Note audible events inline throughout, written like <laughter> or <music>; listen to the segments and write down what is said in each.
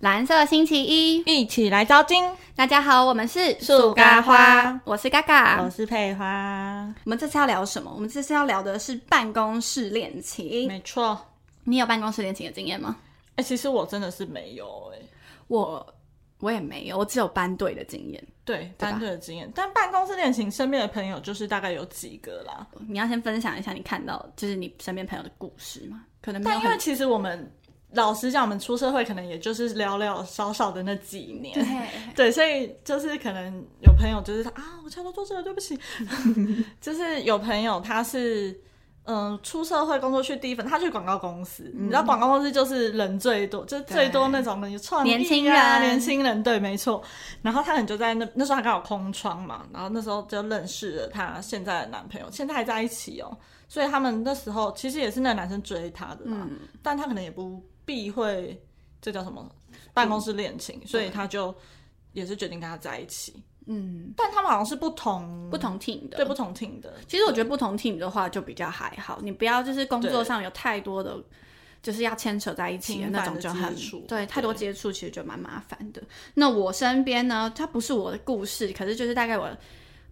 蓝色星期一，一起来招金。大家好，我们是树咖花我是嘎嘎。我是佩花，我们这次要聊什么？我们这次要聊的是办公室恋情。没错。你有办公室恋情的经验吗？哎、其实我真的是没有哎、我我也没有，我只有班队的经验。对吧班队的经验，但办公室恋情身边的朋友就是大概有几个啦。你要先分享一下你看到就是你身边朋友的故事吗？可能没有但因很为其实我们老实讲，我们出社会可能也就是寥寥少少的那几 <laughs> 年，对对，所以就是可能有朋友就是啊，我差不多做这个，对不起， <laughs> 就是有朋友他是嗯、出社会工作去第一份，他去广告公司，你知道广告公司就是人最多，就是最多那种有创意、啊、年轻人年轻人对，没错。然后他可能就在那那时候他刚好空窗嘛，然后那时候就认识了她现在的男朋友，现在还在一起哦。所以他们那时候其实也是那个男生追她的啦，嗯但他可能也不避讳这叫什么办公室恋情，所以他就也是决定跟他在一起。嗯，但他们好像是不同不同 team 的。对不同 team 的，其实我觉得不同 team 的话就比较还好，你不要就是工作上有太多的，就是要牵扯在一起的频那繁种的就很接触对对太多接触其实就蛮麻烦的。那我身边呢，它不是我的故事，可是就是大概我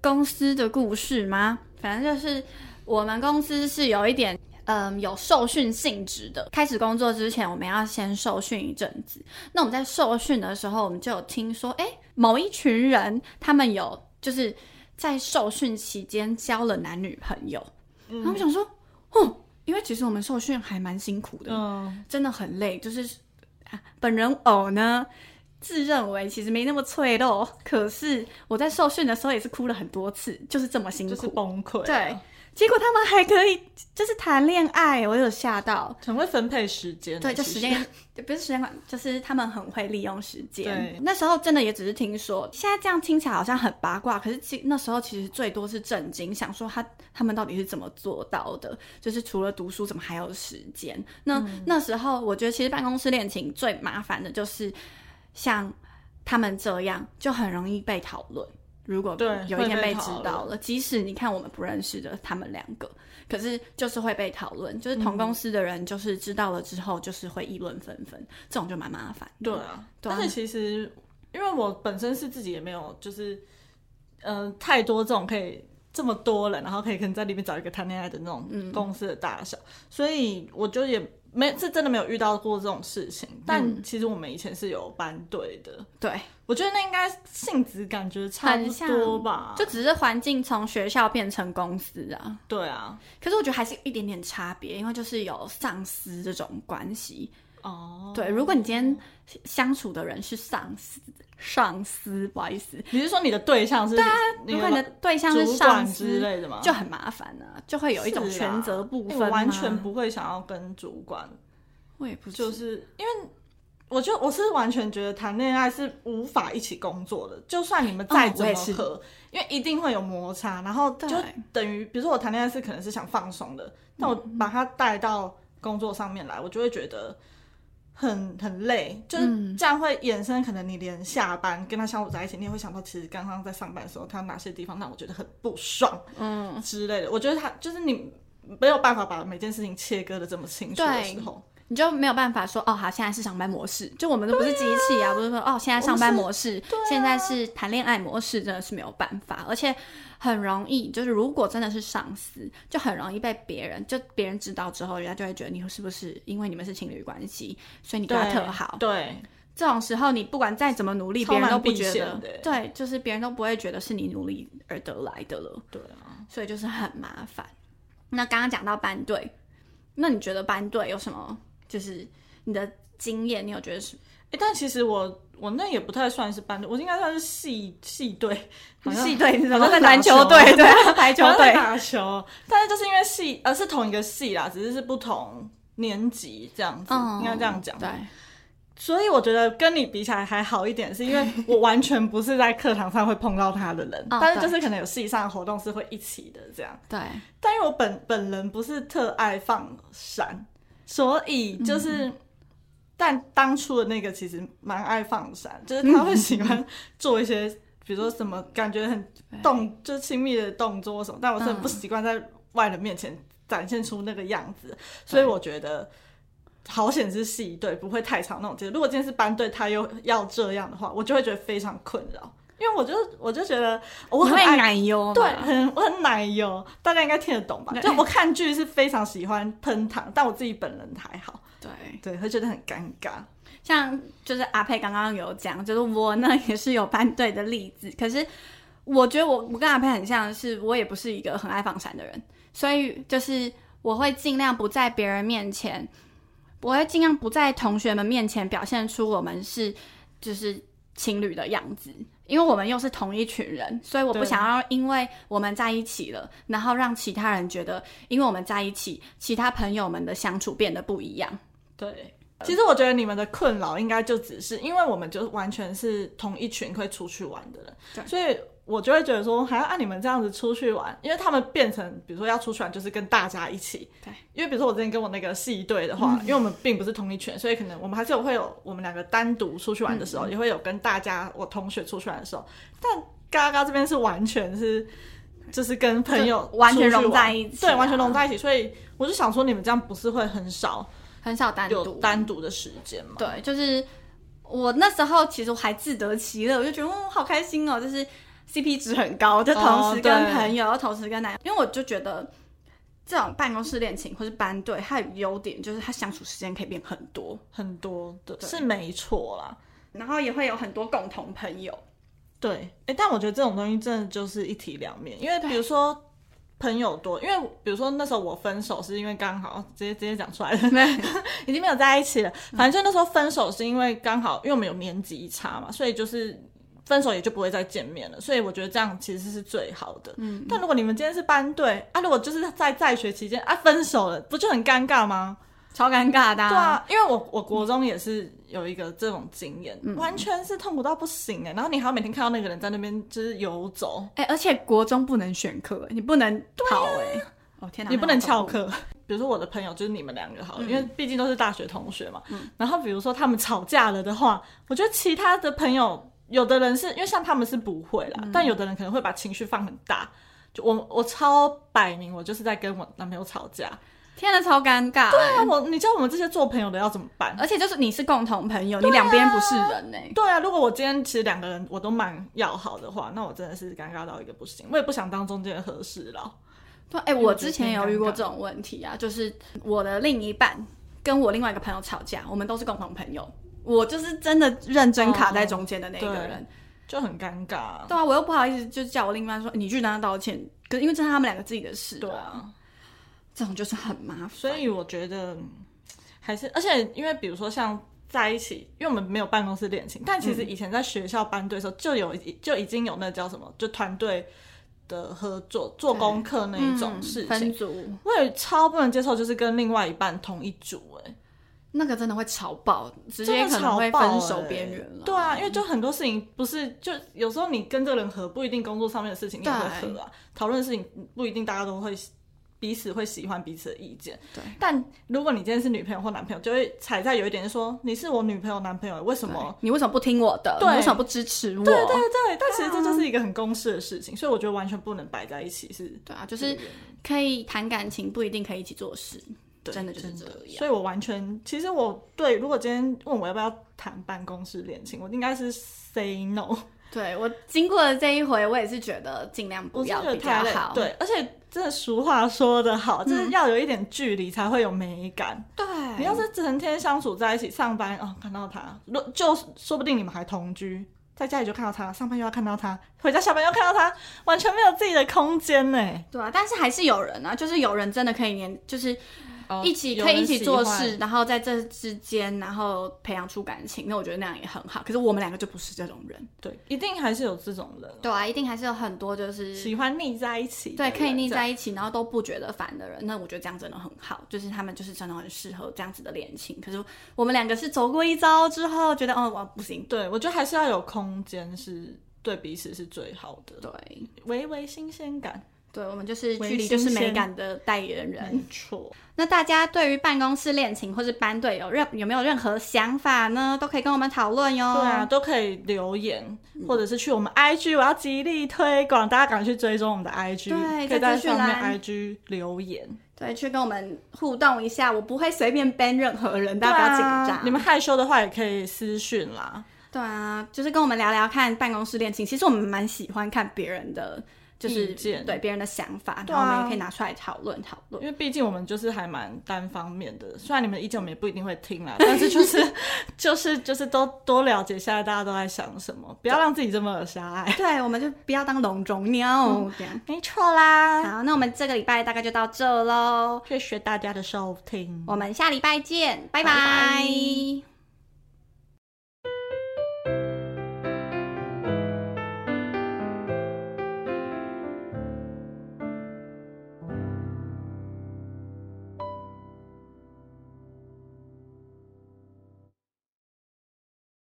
公司的故事吗？反正就是我们公司是有一点。嗯，有受训性质的。开始工作之前，我们要先受训一阵子。那我们在受训的时候，我们就有听说，哎、某一群人他们有就是在受训期间交了男女朋友，嗯然后我想说，哦，因为其实我们受训还蛮辛苦的，嗯，真的很累，就是、啊、本人偶呢。自认为其实没那么脆弱，可是我在受训的时候也是哭了很多次，就是这么辛苦。就是崩溃、啊对，，结果他们还可以就是谈恋爱，我有吓到。很会分配时间，对，就其实，时间不是时间管，就是他们很会利用时间对。那时候真的也只是听说，现在这样听起来好像很八卦，可是其那时候其实最多是震惊，想说他他们到底是怎么做到的？就是除了读书，怎么还有时间？那、嗯那时候我觉得，其实办公室恋情最麻烦的就是像他们这样，就很容易被讨论。如果对有一天会被被知讨论道了，即使你看我们不认识的他们两个，可是就是会被讨论，就是同公司的人就是知道了之后，就是会议论纷纷，这种就蛮麻烦。对，啊，对啊但是其实因为我本身是自己也没有，就是呃太多这种可以这么多人，然后可以可能在里面找一个谈恋爱的那种嗯公司的大小，所以我就也没是真的没有遇到过这种事情。嗯但其实我们以前是有班队的，对，我觉得那应该性质感觉差很不像多吧，就只是环境从学校变成公司啊。对啊，可是我觉得还是有一点点差别，因为就是有上司这种关系。哦，对，如果你今天相处的人是上司，上司不好意思，你是说你的对象是对啊如果你的对象是主上管之司，类的吗？就很麻烦啊，就会有一种是啦权责不欸分、啊我完全，不会想要跟主管，我也不就是是因为我觉得我是完全觉得谈恋爱是无法一起工作的，就算你们再嗯怎我也么是合，因为一定会有摩擦，然后就对等于比如说我谈恋爱是可能是想放松的，但我把它带到工作上面来，我就会觉得。很很累，就是嗯这样会衍生，可能你连下班跟他相处在一起，你也会想到，其实刚刚在上班的时候，他哪些地方让我觉得很不爽，嗯，之类的。我觉得他就是你没有办法把每件事情切割的这么清楚的对时候，你就没有办法说哦，好，现在是上班模式，就我们都不是机器啊，不是说哦，现在上班模式，啊现在是谈恋爱模式，真的是没有办法，而且很容易，就是如果真的是上司，就很容易被别人，就别人知道之后，人家就会觉得你是不是因为你们是情侣关系，所以你对他特好。对，这种时候，你不管再怎么努力，超别人都难不避觉嫌得的欸，对，就是别人都不会觉得是你努力而得来的了。对啊。所以就是很麻烦。那刚刚讲到班队，那你觉得班队有什么？就是你的经验，你有觉得是哎，但其实我我那也不太算是班队，我应该算是系系队，好像系队是什么？好像打篮球球队 <laughs> <laughs> 对啊，排球好像在队。打球，但是就是因为系呃是同一个系啦，只是是不同年级这样子，应该这样讲。嗯对，所以我觉得跟你比起来还好一点，是因为我完全不是在课堂上会碰到他的人， <laughs> 哦但是就是可能有系上的活动是会一起的这样。对，但因为我本本人不是特爱放闪，所以嗯就是，但当初的那个其实蛮爱放闪，嗯就是他会喜欢做一些，比如说什么感觉很动，就是亲密的动作什么，但我是很不习惯在外人面前展现出那个样子，所以我觉得。好险是系队，不会太长那种节奏。如果今天是班队，他又要这样的话，我就会觉得非常困扰，因为我就我就觉得哦我你很会爱奶油吗对，很我很奶油，大家应该听得懂吧？对就我看剧是非常喜欢喷糖，但我自己本人还好，对，对，会觉得很尴尬。像就是阿佩刚刚有讲，就是我呢 <laughs> 也是有班队的例子，可是我觉得我我跟阿佩很像是，我也不是一个很爱放闪的人，所以就是我会尽量不在别人面前，我会尽量不在同学们面前表现出我们是就是情侣的样子。因为我们又是同一群人，所以我不对想要因为我们在一起了，然后让其他人觉得因为我们在一起，其他朋友们的相处变得不一样。对，其实我觉得你们的困扰应该就只是因为我们就完全是同一群会出去玩的对人，所以我就会觉得说，还要按你们这样子出去玩，因为他们变成比如说要出去玩就是跟大家一起，对，嗯因为比如说我之前跟我那个系队的话，因为我们并不是同一群，所以可能我们还是有会有我们两个单独出去玩的时嗯候，也会有跟大家我同学出去玩的时候，但嘎嘎这边是完全是。就是跟朋友就完全出去融在玩一起对，完啊全融在一起，所以我就想说，你们这样不是会很少很少单有独，单独的时间嘛？对，就是我那时候其实还自得其乐，我就觉得哦，好开心哦，就是 CP 值很高，就同时跟哦对朋友，同时跟男友，因为我就觉得这种办公室恋情或是班队，它有优点就是它相处时间可以变很多，很多的对是没错啦。然后也会有很多共同朋友。对，哎、但我觉得这种东西真的就是一体两面，因为比如说朋友多，因为比如说那时候我分手是因为刚好直接直接讲出来了， <laughs> 已经没有在一起了。反正就那时候分手是因为刚好因为我们有年级差嘛，所以就是。分手也就不会再见面了，所以我觉得这样其实是最好的。嗯，但如果你们今天是班队啊，如果就是在在学期间啊分手了，不就很尴尬吗？超尴尬的、对，啊，因为我我国中也是有一个这种经验，完全是痛苦到不行哎、然后你还要每天看到那个人在那边就是游走，哎、而且国中不能选课，你不能逃哎、哦天啊哪，你不能翘翘，课。 <laughs> 比如说我的朋友就是你们两个好了，因为毕竟都是大学同学嘛。然后比如说他们吵架了的话，我觉得其他的朋友有的人是因为像他们是不会啦，但有的人可能会把情绪放很大。就我我超摆明我就是在跟我男朋友吵架，天哪，超尴尬、对那我你叫我们这些做朋友的要怎么办？而且就是你是共同朋啊友，你两边不是人哎、对啊，如果我今天其实两个人我都蛮要好的话，那我真的是尴尬到一个不行，我也不想当中间的和事佬。对，哎、为我我觉之得前偏有遇尴过尬这种问题啊，就是我的另一半跟我另外一个朋友吵架，我们都是共同朋友，我就是真的认真卡在哦中间的那一个对人。就很尴尬。对啊，我又不好意思，就叫我另一半说你去跟他道歉，可是因为这是他们两个自己的事、对，啊，这种就是很麻烦。所以我觉得嗯还是，而且因为比如说像在一起，因为我们没有办公室恋情，但其嗯实以前在学校班队的时候就有就已经有那叫什么，就团队的合作做对功课那一种嗯事情，分组我也超不能接受，就是跟另外一半同一组哎、那个真的会吵爆，直真接的可能吵会爆分手欸边缘了。对啊，因为就很多事情不是，就有时候你跟这个人合，不一定工作上面的事情你也会对合啊，讨论的事情不一定大家都会喜彼此会喜欢彼此的意见。对，但如果你今天是女朋友或男朋友，就会踩在有一点是说你是我女朋友男朋友，为什对么？你为什么不听我的？你对为什么不支持我？啊对对对，但其实这就是一个很公式的事情，所以我觉得完全不能摆在一起是对啊，就就是可以谈感情，不一定可以一起做事。真的就是这样。所以我完全，其实我对如果今天问我要不要谈办公室恋情，我应该是 say no。对我经过了这一回，我也是觉得尽量我不是要觉得比太较累好。，对，而且真的俗话说得好，就是要有一点距离才会有美感。对，你要是整天相处在一起，上班哦看到他，如就说不定你们还同居，在家里就看到他，上班又要看到他，回家下班又看到他，完全没有自己的空间呢。对啊，但是还是有人啊，就是有人真的可以连，就是一起、有可人以一起做喜事，欢，然后在这之间，然后培养出感情，那我觉得那样也很好。可是我们两个就不是这种人。对，一定还是有这种人对啊，一定还是有很多就是。喜欢腻在一起的对，人，可以腻这样在一起，然后都不觉得烦的人，那我觉得这样真的很好，就是他们就是真的很适合这样子的恋情。可是我们两个是走过一遭之后，觉得哦，我不行，对我觉得还是要有空间，是对彼此是最好的，对，微微新鲜感。对，我们就是为距离就是新美鲜感的代言人。没错，那大家对于办公室恋情或是班队有任有没有任何想法呢？都可以跟我们讨论哟。对啊，，都可以留言，嗯或者是去我们 IG，我要极力推广，大家赶快去追踪我们的 IG，对可以在在资讯上面栏 IG 留言，对，去跟我们互动一下，我不会随便 ban 任何人，大家不要紧张。对啊你们害羞的话也可以私讯啦，对啊，就是跟我们聊聊看办公室恋情。其实我们蛮喜欢看别人的，就是意见对别人的想法，对然后啊我们也可以拿出来讨论讨论因。为毕竟我们就是还蛮单方面的，虽然你们的意见我们也不一定会听啦， <laughs> 但是就是就是就是都多了解一下大家都在想什么，不要让自己这么狭隘。 <laughs> 对，我们就不要当笼中嗯鸟这样。没错啦，好，那我们这个礼拜大概就到这喽，谢谢大家的收听。我们下礼拜见，拜拜拜拜